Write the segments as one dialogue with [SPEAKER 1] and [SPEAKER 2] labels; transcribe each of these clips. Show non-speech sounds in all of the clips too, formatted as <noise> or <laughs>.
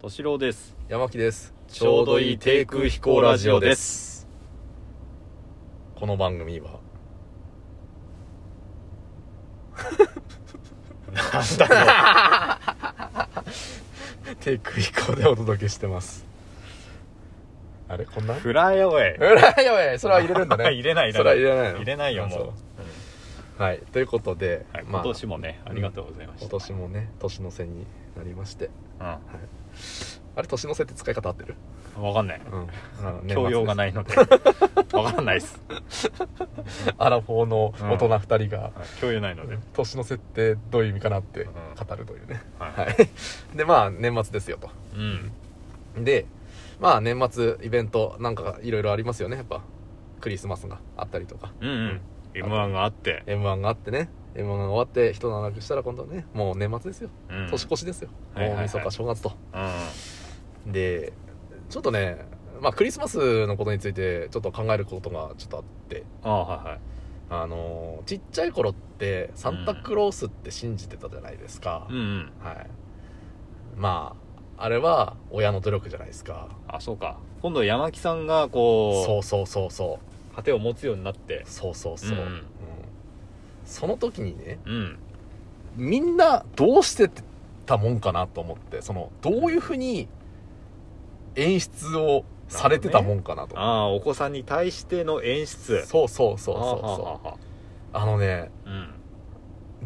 [SPEAKER 1] 敏郎です
[SPEAKER 2] 山木です
[SPEAKER 1] ちょうどいい低空飛行ラジオです
[SPEAKER 2] この番組は
[SPEAKER 1] なんだろ
[SPEAKER 2] 低空飛行でお届けしてますあれこんな
[SPEAKER 1] う
[SPEAKER 2] う
[SPEAKER 1] フライアウェイ
[SPEAKER 2] らやばいそ <laughs> れは入れるんだね
[SPEAKER 1] <laughs> 入れないな
[SPEAKER 2] それは入れないの
[SPEAKER 1] 入れないよ
[SPEAKER 2] あ
[SPEAKER 1] もう
[SPEAKER 2] そはいということで、
[SPEAKER 1] はい
[SPEAKER 2] まあ
[SPEAKER 1] 今年もねありがとうございました
[SPEAKER 2] 今年もね年の瀬になりまして
[SPEAKER 1] う
[SPEAKER 2] あれ年の瀬って使い方合ってる
[SPEAKER 1] ん分かんない
[SPEAKER 2] うんあ年末です
[SPEAKER 1] 教養がないの
[SPEAKER 2] <laughs>
[SPEAKER 1] で分かんないです
[SPEAKER 2] アラフォーの大人2人が、
[SPEAKER 1] 教養ないので
[SPEAKER 2] 年の瀬ってどういう意味かなって語るというね、 <laughs>
[SPEAKER 1] は
[SPEAKER 2] はいでまあ年末ですよと
[SPEAKER 1] うん
[SPEAKER 2] でまあ年末イベントなんかいろいろありますよねやっぱクリスマスがあったりとか
[SPEAKER 1] うんうん m 1があって
[SPEAKER 2] m 1があってね m 1が終わって一段落したら今度はねもう年末ですよ、
[SPEAKER 1] うん
[SPEAKER 2] 年越しですよ
[SPEAKER 1] はいはいは
[SPEAKER 2] 大
[SPEAKER 1] い
[SPEAKER 2] 晦日正月と、
[SPEAKER 1] う
[SPEAKER 2] でちょっとねまあクリスマスのことについてちょっと考えることがちょっとあって
[SPEAKER 1] んああはいはい
[SPEAKER 2] あのーちっちゃい頃ってサンタクロースって信じてたじゃないですか、
[SPEAKER 1] うんうん
[SPEAKER 2] はいまああれは親の努力じゃないですか
[SPEAKER 1] あそうか今度山木さんがこ
[SPEAKER 2] そうそうそうそう
[SPEAKER 1] う盾を持つようになって
[SPEAKER 2] そうそうそう、
[SPEAKER 1] うん
[SPEAKER 2] うんその時にね
[SPEAKER 1] うん
[SPEAKER 2] みんなどうしてたもんかなと思ってそのどういうふうに演出をされてたもんかなと
[SPEAKER 1] ああお子さんに対しての演出
[SPEAKER 2] そうそうそうそう
[SPEAKER 1] はあは
[SPEAKER 2] そ
[SPEAKER 1] あは
[SPEAKER 2] うあのね
[SPEAKER 1] あうん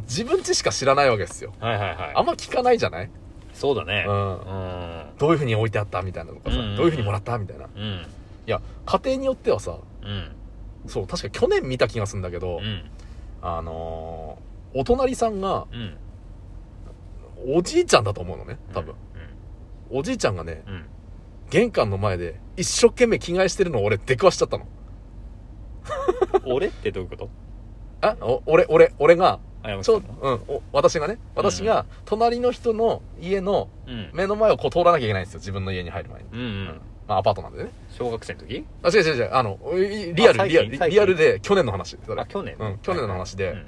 [SPEAKER 2] 自分ちしか知らないわけですよ
[SPEAKER 1] はいはいはい
[SPEAKER 2] あんま聞かないじゃない、
[SPEAKER 1] そうだね
[SPEAKER 2] うん
[SPEAKER 1] うん
[SPEAKER 2] どういうふうに置いてあったみたいなとかさ、
[SPEAKER 1] うんうんうん
[SPEAKER 2] どういうふうにもらったみたいない
[SPEAKER 1] うん
[SPEAKER 2] や家庭によってはさ
[SPEAKER 1] うん
[SPEAKER 2] そう確か去年見た気がするんだけど、
[SPEAKER 1] うん
[SPEAKER 2] あのーお隣さんが
[SPEAKER 1] うん
[SPEAKER 2] おじいちゃんだと思うのね多分、おじいちゃんがね
[SPEAKER 1] うんうん
[SPEAKER 2] 玄関の前で一生懸命着替えしてるのを俺出くわしちゃったの
[SPEAKER 1] 俺ってどういうこと
[SPEAKER 2] あお俺俺俺が
[SPEAKER 1] あ山木
[SPEAKER 2] ち
[SPEAKER 1] さ
[SPEAKER 2] ょ
[SPEAKER 1] ん
[SPEAKER 2] うんお私がね私が隣の人の家の
[SPEAKER 1] うん
[SPEAKER 2] 目の前をこう通らなきゃいけないんですよ自分の家に入る前に、
[SPEAKER 1] うんうん
[SPEAKER 2] まあ、アパートなんでね
[SPEAKER 1] 小学生の時
[SPEAKER 2] あ違う違う違うあのいリア
[SPEAKER 1] あ
[SPEAKER 2] ル
[SPEAKER 1] 最
[SPEAKER 2] リア
[SPEAKER 1] 近
[SPEAKER 2] ル
[SPEAKER 1] 最近
[SPEAKER 2] リアルで去年の話それ
[SPEAKER 1] あ去年
[SPEAKER 2] うん去年の話で
[SPEAKER 1] はいはい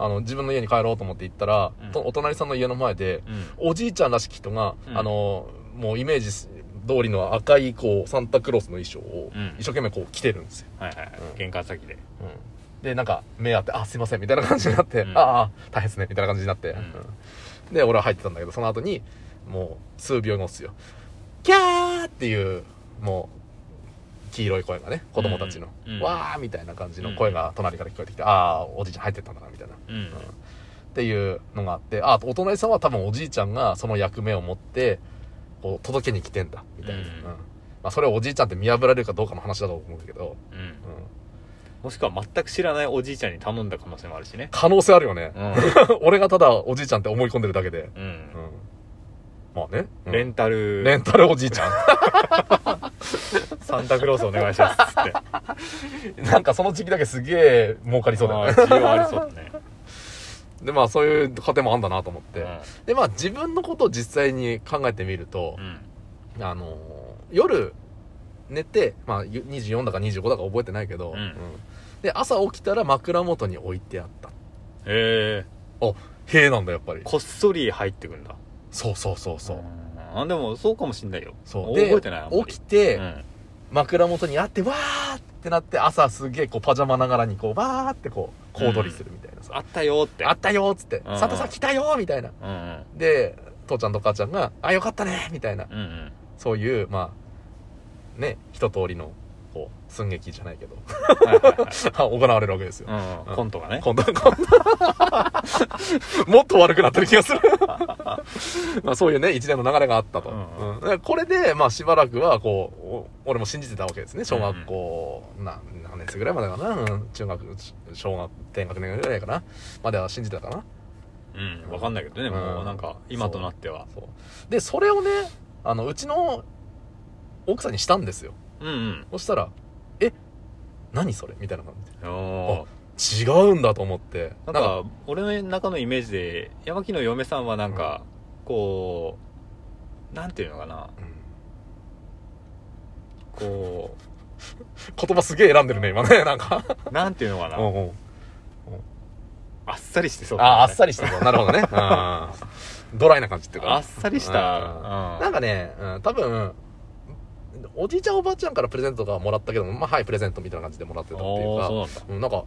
[SPEAKER 2] あの自分の家に帰ろうと思って行ったら、
[SPEAKER 1] うん
[SPEAKER 2] とお隣さんの家の前で
[SPEAKER 1] うんうん
[SPEAKER 2] おじいちゃんらしき人が、
[SPEAKER 1] うん
[SPEAKER 2] あのもうイメージ通りの赤いこうサンタクロースの衣装を
[SPEAKER 1] うん
[SPEAKER 2] 一生懸命こう着てるんですよ、
[SPEAKER 1] はいはいは
[SPEAKER 2] うん
[SPEAKER 1] い玄関先で
[SPEAKER 2] でなんか目合って「あすいません」みたいな感じになって「
[SPEAKER 1] うん
[SPEAKER 2] ああ大変ですね」みたいな感じになって、
[SPEAKER 1] うん
[SPEAKER 2] うんで俺は入ってたんだけどその後にもう数秒後っすよ「キャー!」っていうもう黄色い声がね子供たちの「
[SPEAKER 1] うんうん
[SPEAKER 2] わー!」みたいな感じの声が隣から聞こえてきて「ああおじいちゃん入ってったんだな」みたいな。
[SPEAKER 1] うん
[SPEAKER 2] っていうのがあってあお隣さんは多分おじいちゃんがその役目を持ってこう届けに来てんだみたいな、
[SPEAKER 1] うん
[SPEAKER 2] うんまあ、それをおじいちゃんって見破られるかどうかの話だと思うけど、
[SPEAKER 1] うん
[SPEAKER 2] うん、
[SPEAKER 1] もしくは全く知らないおじいちゃんに頼んだ可能性もあるしね
[SPEAKER 2] 可能性ある
[SPEAKER 1] <laughs>
[SPEAKER 2] よね
[SPEAKER 1] う、ん
[SPEAKER 2] 俺がただおじいちゃんって思い込んでるだけで、
[SPEAKER 1] う
[SPEAKER 2] うんん、まあね、うん
[SPEAKER 1] レンタル
[SPEAKER 2] レンタルおじい
[SPEAKER 1] <laughs>
[SPEAKER 2] ちゃ
[SPEAKER 1] サンタクロースお願いしますっつって
[SPEAKER 2] んなんかその時期だけすげえ儲かり <laughs> そうだよ
[SPEAKER 1] あ
[SPEAKER 2] ね
[SPEAKER 1] ー需要ありそうだね
[SPEAKER 2] でまあそういう家庭もあんだなと思って、
[SPEAKER 1] う
[SPEAKER 2] でまあ自分のことを実際に考えてみると、
[SPEAKER 1] ん
[SPEAKER 2] あのー夜寝て、まあ、ゆ24だか25だか覚えてないけど、
[SPEAKER 1] うん
[SPEAKER 2] で朝起きたら枕元に置いてあった
[SPEAKER 1] へえ
[SPEAKER 2] へえなんだやっぱり
[SPEAKER 1] こっそり入ってくんだ
[SPEAKER 2] そうそうそうそう、
[SPEAKER 1] んあでもそうかもしんないよ
[SPEAKER 2] そう
[SPEAKER 1] 覚えてないあんまり
[SPEAKER 2] 起き
[SPEAKER 1] て
[SPEAKER 2] て、
[SPEAKER 1] うん
[SPEAKER 2] 枕元にあってわーってなって朝すげえこうパジャマながらにこうわーってこう小躍りするみたいな
[SPEAKER 1] あ
[SPEAKER 2] さ、
[SPEAKER 1] ったよって
[SPEAKER 2] あったよーっつって「
[SPEAKER 1] うんうん
[SPEAKER 2] サンタさん来たよ!」みたいな
[SPEAKER 1] うんうん
[SPEAKER 2] で父ちゃんと母ちゃんが「あよかったね!」みたいな
[SPEAKER 1] うんうん
[SPEAKER 2] そういうまあね一通りのこう寸劇じゃないけど <laughs>
[SPEAKER 1] はいはいはい
[SPEAKER 2] 行われるわけですよ、
[SPEAKER 1] うんうん <laughs> コントがね
[SPEAKER 2] 今度、今度。 <laughs> もっと悪くなってる気がする。 <laughs> まあそういうね、一年の流れがあったと。
[SPEAKER 1] うん
[SPEAKER 2] うんだからこれで、まあしばらくは、こう、お俺も信じてたわけですね。小学校、な何年生ぐらいまでかな。うん中学、小学、低学年ぐらいかな。までは信じてたかな。
[SPEAKER 1] うんわかんないけどね
[SPEAKER 2] う
[SPEAKER 1] も
[SPEAKER 2] ん
[SPEAKER 1] うなんか今となっては
[SPEAKER 2] そう。で、それをね、あの、うちの奥さんにしたんですよ。
[SPEAKER 1] うんうん
[SPEAKER 2] そしたら、え、何それみたいな感じ
[SPEAKER 1] おー
[SPEAKER 2] で。違うんだと思って。
[SPEAKER 1] なんか俺の中のイメージで山木の嫁さんはなんかこうなんていうのかな
[SPEAKER 2] うん
[SPEAKER 1] こ
[SPEAKER 2] 言葉すげえ選んでるね、今ね。なんか。
[SPEAKER 1] うなんていうのかな
[SPEAKER 2] うんうん
[SPEAKER 1] あっさりしてそう
[SPEAKER 2] ああ、あっさ
[SPEAKER 1] り
[SPEAKER 2] りしてそう。なるほどね。うんドライな感じっていうか
[SPEAKER 1] あっさりした
[SPEAKER 2] うんなんかね、うん、多分おじいちゃんおばあちゃんからプレゼントがもらったけどもまあはいプレゼントみたいな感じでもらってたっていう
[SPEAKER 1] あー
[SPEAKER 2] か
[SPEAKER 1] そうなんだ
[SPEAKER 2] うん、なんか、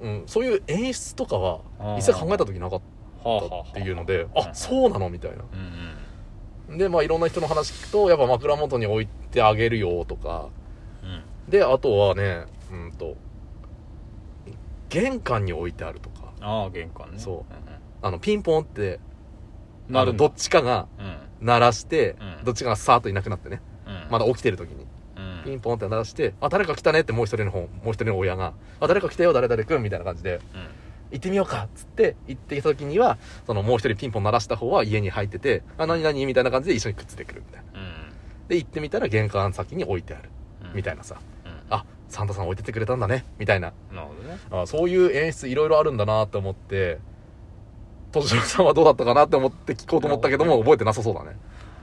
[SPEAKER 2] うん、そういう演出とか
[SPEAKER 1] あ
[SPEAKER 2] は
[SPEAKER 1] ー
[SPEAKER 2] 一切考えた時なかっ
[SPEAKER 1] はあはあは
[SPEAKER 2] た
[SPEAKER 1] あ
[SPEAKER 2] っていうので
[SPEAKER 1] はあ
[SPEAKER 2] あそうなのみたいな
[SPEAKER 1] うんうん
[SPEAKER 2] でまあいろんな人の話聞くとやっぱ枕元に置いてあげるよとか
[SPEAKER 1] うん
[SPEAKER 2] であとはねうんと玄関に置いてあるとか
[SPEAKER 1] ああ玄関ね
[SPEAKER 2] そ
[SPEAKER 1] うんうん
[SPEAKER 2] あのピンポンって
[SPEAKER 1] な
[SPEAKER 2] あ
[SPEAKER 1] る
[SPEAKER 2] の
[SPEAKER 1] ん
[SPEAKER 2] ど
[SPEAKER 1] だ
[SPEAKER 2] っちかが
[SPEAKER 1] うん
[SPEAKER 2] 鳴らして、
[SPEAKER 1] うん
[SPEAKER 2] どっちかがさーっといなくなってね
[SPEAKER 1] うん
[SPEAKER 2] まだ起きてる時に
[SPEAKER 1] うん
[SPEAKER 2] ピンポンって鳴らして「あ誰か来たね」ってもう一人の方もう一人の親が「あ誰か来たよ誰々くん」みたいな感じ
[SPEAKER 1] う
[SPEAKER 2] で
[SPEAKER 1] ん
[SPEAKER 2] 「行ってみようか」っつって行ってきた時にはそのもう一人ピンポン鳴らした方は家に入ってて「あ何々」みたいな感じで一緒にくっついてくるみたいな
[SPEAKER 1] うん
[SPEAKER 2] で行ってみたら玄関先に置いてある
[SPEAKER 1] うん
[SPEAKER 2] みたいなさ
[SPEAKER 1] うん
[SPEAKER 2] 「あサンタさん置いてってくれたんだね」みたいな
[SPEAKER 1] なるほどね
[SPEAKER 2] あそういう演出いろいろあるんだなって思って敏郎さんはどうだったかなって思って聞こうと思ったけども覚えてなさそうだね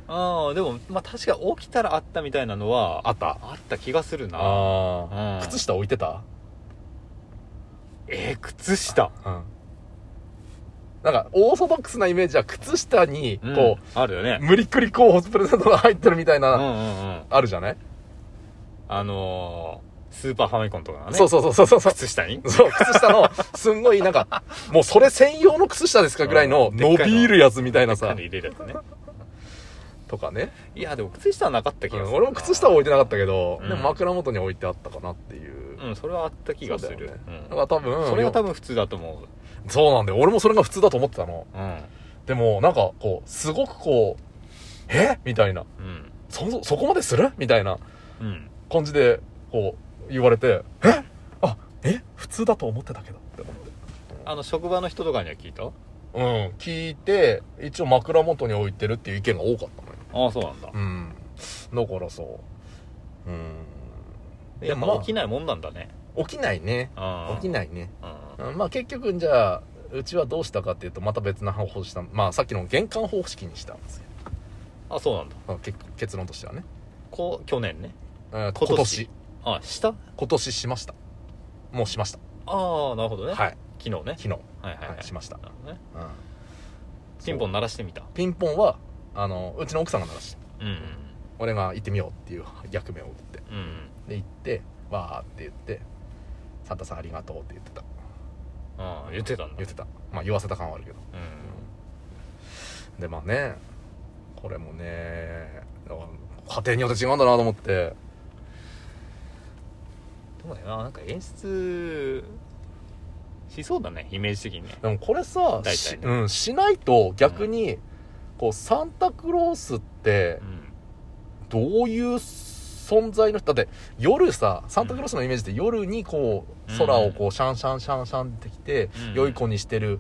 [SPEAKER 1] ああでもまあ確か起きたらあったみたいなのは
[SPEAKER 2] あった
[SPEAKER 1] あった気がするな
[SPEAKER 2] ああ、
[SPEAKER 1] うん
[SPEAKER 2] 靴下置いてた
[SPEAKER 1] えー靴下
[SPEAKER 2] うんなんかオーソドックスなイメージは靴下に
[SPEAKER 1] うん
[SPEAKER 2] こ
[SPEAKER 1] あるよ
[SPEAKER 2] う、
[SPEAKER 1] ね
[SPEAKER 2] 無理くりこうホスプレゼントが入ってるみたいな、
[SPEAKER 1] うんうんうん
[SPEAKER 2] あるじゃない、
[SPEAKER 1] あのースーパーファミコンとかがね
[SPEAKER 2] そうそうそうそうそう
[SPEAKER 1] 靴下に
[SPEAKER 2] そう靴下のすんごいなんかもうそれ専用の靴下ですかぐらいの
[SPEAKER 1] うんで
[SPEAKER 2] 伸
[SPEAKER 1] っかいの
[SPEAKER 2] びるやつみたいな
[SPEAKER 1] 中
[SPEAKER 2] さ
[SPEAKER 1] に入れるやつね
[SPEAKER 2] とかね、
[SPEAKER 1] いやでも靴下はなかった気
[SPEAKER 2] う
[SPEAKER 1] がす
[SPEAKER 2] ん
[SPEAKER 1] る
[SPEAKER 2] 俺も靴下は置いてなかったけど、
[SPEAKER 1] うん
[SPEAKER 2] でも枕元に置いてあったかなっていう、
[SPEAKER 1] うんそれはあった気がす
[SPEAKER 2] そうだ
[SPEAKER 1] る
[SPEAKER 2] よね
[SPEAKER 1] うん
[SPEAKER 2] だから多分
[SPEAKER 1] それが多分普通だと思
[SPEAKER 2] そうなんだよ俺もそれが普通だと思ってたの
[SPEAKER 1] ううん
[SPEAKER 2] でもなんかこうすごくこうえみたいな
[SPEAKER 1] うん
[SPEAKER 2] そそこまでするみたいな
[SPEAKER 1] うん
[SPEAKER 2] 感じでこう言われてえあえ普通だと思ってたけどって思って
[SPEAKER 1] あの職場の人とかには聞いた
[SPEAKER 2] うん聞いて一応枕元に置いてるっていう意見が多かったのよ
[SPEAKER 1] ああそうなんだ
[SPEAKER 2] うんだからさうん
[SPEAKER 1] やっ
[SPEAKER 2] ま
[SPEAKER 1] ぱ
[SPEAKER 2] あ
[SPEAKER 1] 起きないもんなんだね
[SPEAKER 2] 起きないね
[SPEAKER 1] 起
[SPEAKER 2] 起き
[SPEAKER 1] い
[SPEAKER 2] ないね、
[SPEAKER 1] うん
[SPEAKER 2] うん、まあ結局じゃあうちはどうしたかっていうとまた別な方法したまあさっきの玄関方式にしたんですよ
[SPEAKER 1] あそうなんだ
[SPEAKER 2] まあ結結論としてはね、
[SPEAKER 1] こう去年ね
[SPEAKER 2] うん、今
[SPEAKER 1] 年
[SPEAKER 2] 年
[SPEAKER 1] あした
[SPEAKER 2] 今年しましたもうしました
[SPEAKER 1] ああなるほどね
[SPEAKER 2] はいい
[SPEAKER 1] 昨日ね
[SPEAKER 2] 昨日、うん、
[SPEAKER 1] はいはい
[SPEAKER 2] は
[SPEAKER 1] はいい
[SPEAKER 2] しました
[SPEAKER 1] なるほどね
[SPEAKER 2] そう
[SPEAKER 1] ピンポン鳴らしてみた
[SPEAKER 2] ピンポンはあのうちの奥さんが鳴らして
[SPEAKER 1] うん
[SPEAKER 2] 俺が行ってみようっていう役目を打って
[SPEAKER 1] うんうん
[SPEAKER 2] で行ってわーって言って「サンタさんありがとう」って言ってた
[SPEAKER 1] ああ言ってたんだ
[SPEAKER 2] 言ってたまあ言わせた感はあるけど
[SPEAKER 1] うん
[SPEAKER 2] でまあねこれもねだから家庭によって違うんだなと思って
[SPEAKER 1] でもねななんか演出しそうだねイメージ的にね
[SPEAKER 2] でもこれさ
[SPEAKER 1] 大、体ね
[SPEAKER 2] しうん、しないと逆に、こうサンタクロースって
[SPEAKER 1] うん
[SPEAKER 2] どういう存在の人だって夜さサンタクロースのイメージって夜にこう
[SPEAKER 1] うん
[SPEAKER 2] 空をこうシャンシャンシャンシャンってきて、
[SPEAKER 1] うん
[SPEAKER 2] 良い子にしてる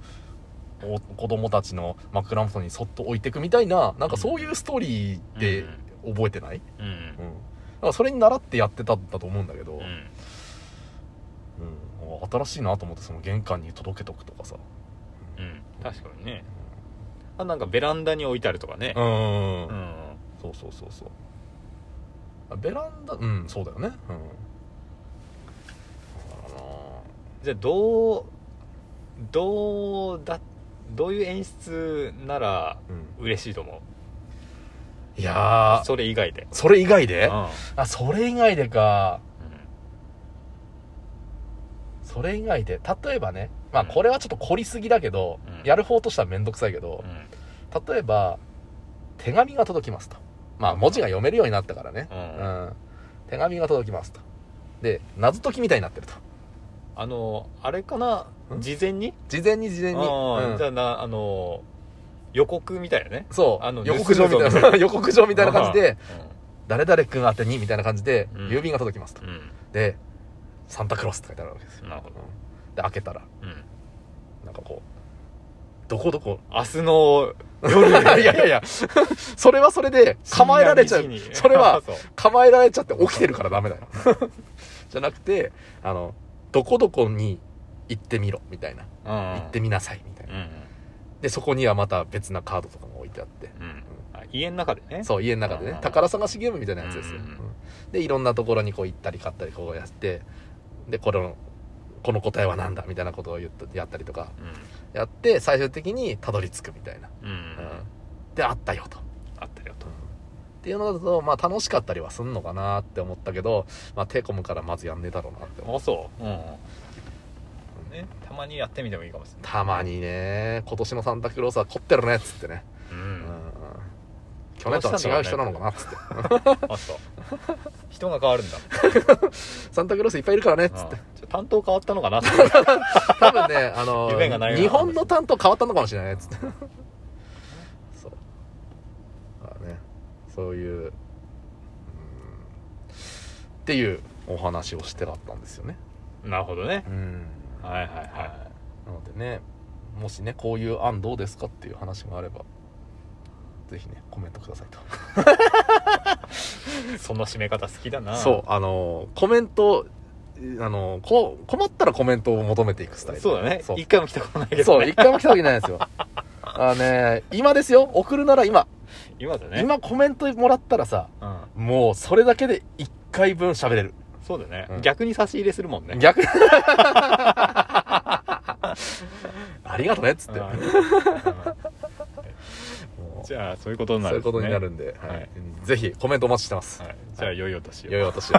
[SPEAKER 2] お子供たちの枕元にそっと置いていくみたいななんかそういうストーリーって覚えてない、
[SPEAKER 1] うん
[SPEAKER 2] うんだからそれに習ってやってたんだと思うんだけど、
[SPEAKER 1] うん
[SPEAKER 2] うん新しいなと思ってその玄関に届けとくとかさ
[SPEAKER 1] うん確かにねあなんかベランダに置いてあるとかね
[SPEAKER 2] うんうんうん
[SPEAKER 1] う、ん
[SPEAKER 2] そうそうそうそうあベランダうんそうだよねうんだからな
[SPEAKER 1] じゃあどうどうだどういう演出なら
[SPEAKER 2] うん
[SPEAKER 1] 嬉しいと思
[SPEAKER 2] いや
[SPEAKER 1] う
[SPEAKER 2] ー
[SPEAKER 1] それ以外で
[SPEAKER 2] それ以外で
[SPEAKER 1] うん
[SPEAKER 2] あそれ以外でかそれ以外で例えばねまあ
[SPEAKER 1] うん
[SPEAKER 2] これはちょっと凝りすぎだけど、
[SPEAKER 1] うん
[SPEAKER 2] やる方としては面倒くさいけど
[SPEAKER 1] う、ん
[SPEAKER 2] 例えば手紙が届きますとまあ文字が読めるようになったからね、
[SPEAKER 1] うん
[SPEAKER 2] うん手紙が届きますとで謎解きみたいになってると
[SPEAKER 1] あのあれかなん事前に
[SPEAKER 2] 事前に事前に、
[SPEAKER 1] あ
[SPEAKER 2] う
[SPEAKER 1] あ
[SPEAKER 2] ん
[SPEAKER 1] じゃあなあの予告みたいなね
[SPEAKER 2] そう
[SPEAKER 1] あの
[SPEAKER 2] 予告状みたい
[SPEAKER 1] 盗むぞみた
[SPEAKER 2] な <laughs> 予告状みたいな感じで
[SPEAKER 1] う
[SPEAKER 2] 誰々君宛てにみたいな感じで、
[SPEAKER 1] うん
[SPEAKER 2] 郵便が届きますと
[SPEAKER 1] ん
[SPEAKER 2] で「サンタクロース」って書いてあるわけですよ、
[SPEAKER 1] なるほど
[SPEAKER 2] うんで開けたら
[SPEAKER 1] うん
[SPEAKER 2] なんかこう「どこどこ
[SPEAKER 1] 明日の」
[SPEAKER 2] い <laughs> やいやいやそれはそれで構えられちゃう
[SPEAKER 1] 深夜2時に
[SPEAKER 2] それ
[SPEAKER 1] <laughs>
[SPEAKER 2] は
[SPEAKER 1] そう
[SPEAKER 2] 構えられちゃって起きてるからダメだよ <laughs> じゃなくてあの「どこどこに行ってみろ」みたいな
[SPEAKER 1] うん
[SPEAKER 2] 「行ってみなさい」みたいな
[SPEAKER 1] うん
[SPEAKER 2] でそこにはまた別なカードとかも置いてあって
[SPEAKER 1] うんあ家の中でね
[SPEAKER 2] そう家の中で
[SPEAKER 1] うん
[SPEAKER 2] ね
[SPEAKER 1] うん
[SPEAKER 2] 宝探しゲームみたいなやつですよ、
[SPEAKER 1] うんうんうん
[SPEAKER 2] でいろんなところにこう行ったり買ったりこうやってでこのこの答えは何だみたいなことを言ったやったりとか
[SPEAKER 1] うん
[SPEAKER 2] やって最終的にたどり着くみたいな、
[SPEAKER 1] うん、
[SPEAKER 2] うん、であったよと。
[SPEAKER 1] あったよと
[SPEAKER 2] っていうのだと、まあ楽しかったりはすんのかなって思ったけど、まあ手込むからまずやんねえだろうなって思う。
[SPEAKER 1] あそううん、ね、たまにやってみてもいいかもしれない
[SPEAKER 2] たまにね、今年のサンタクロースは凝ってるねっつってね。
[SPEAKER 1] う
[SPEAKER 2] うん
[SPEAKER 1] ん、
[SPEAKER 2] 去年とは違う人なのかなっ
[SPEAKER 1] <laughs>
[SPEAKER 2] つって。
[SPEAKER 1] あそう人が変わるん
[SPEAKER 2] <laughs>
[SPEAKER 1] だ
[SPEAKER 2] サンタクロースいっぱいいるからねっつっ
[SPEAKER 1] う
[SPEAKER 2] て。
[SPEAKER 1] んちょ担当変わったの
[SPEAKER 2] <laughs>
[SPEAKER 1] かなって
[SPEAKER 2] 多分
[SPEAKER 1] <laughs>
[SPEAKER 2] ね、あの
[SPEAKER 1] 夢がない、な
[SPEAKER 2] 日本の担当変わったのかもしれないねっつって。 <laughs> そう。だからね、そういう、うんっていうお話をしてだったんですよね。
[SPEAKER 1] なるほどね
[SPEAKER 2] うん。
[SPEAKER 1] はいはいは
[SPEAKER 2] はい、なのでねもしねこういう案どうですかっていう話があればぜひねコメントくださいと
[SPEAKER 1] いその締め方好きだな
[SPEAKER 2] そうあのーコメントあのーこ困ったらコメントを求めていくスタイル
[SPEAKER 1] そうだね
[SPEAKER 2] そう
[SPEAKER 1] 一回も来たことないけど、
[SPEAKER 2] <laughs> そう
[SPEAKER 1] ね、
[SPEAKER 2] 一回も来たわけないですよあのね今ですよ送るなら今、
[SPEAKER 1] 今だね
[SPEAKER 2] 今コメントもらったらさ
[SPEAKER 1] うん、
[SPEAKER 2] もうそれだけで1回分喋れる
[SPEAKER 1] そうだね、
[SPEAKER 2] うん
[SPEAKER 1] 逆に差し入れするもんね
[SPEAKER 2] 逆ありがとねっつって、
[SPEAKER 1] うん
[SPEAKER 2] もう
[SPEAKER 1] じゃあそういうことにな
[SPEAKER 2] そ
[SPEAKER 1] るんです
[SPEAKER 2] ういう
[SPEAKER 1] ね
[SPEAKER 2] ことになるんで、は
[SPEAKER 1] は
[SPEAKER 2] い
[SPEAKER 1] い
[SPEAKER 2] ぜひコメントお待ちしてます。
[SPEAKER 1] はい、じゃあ良いお年を
[SPEAKER 2] 良いお年を。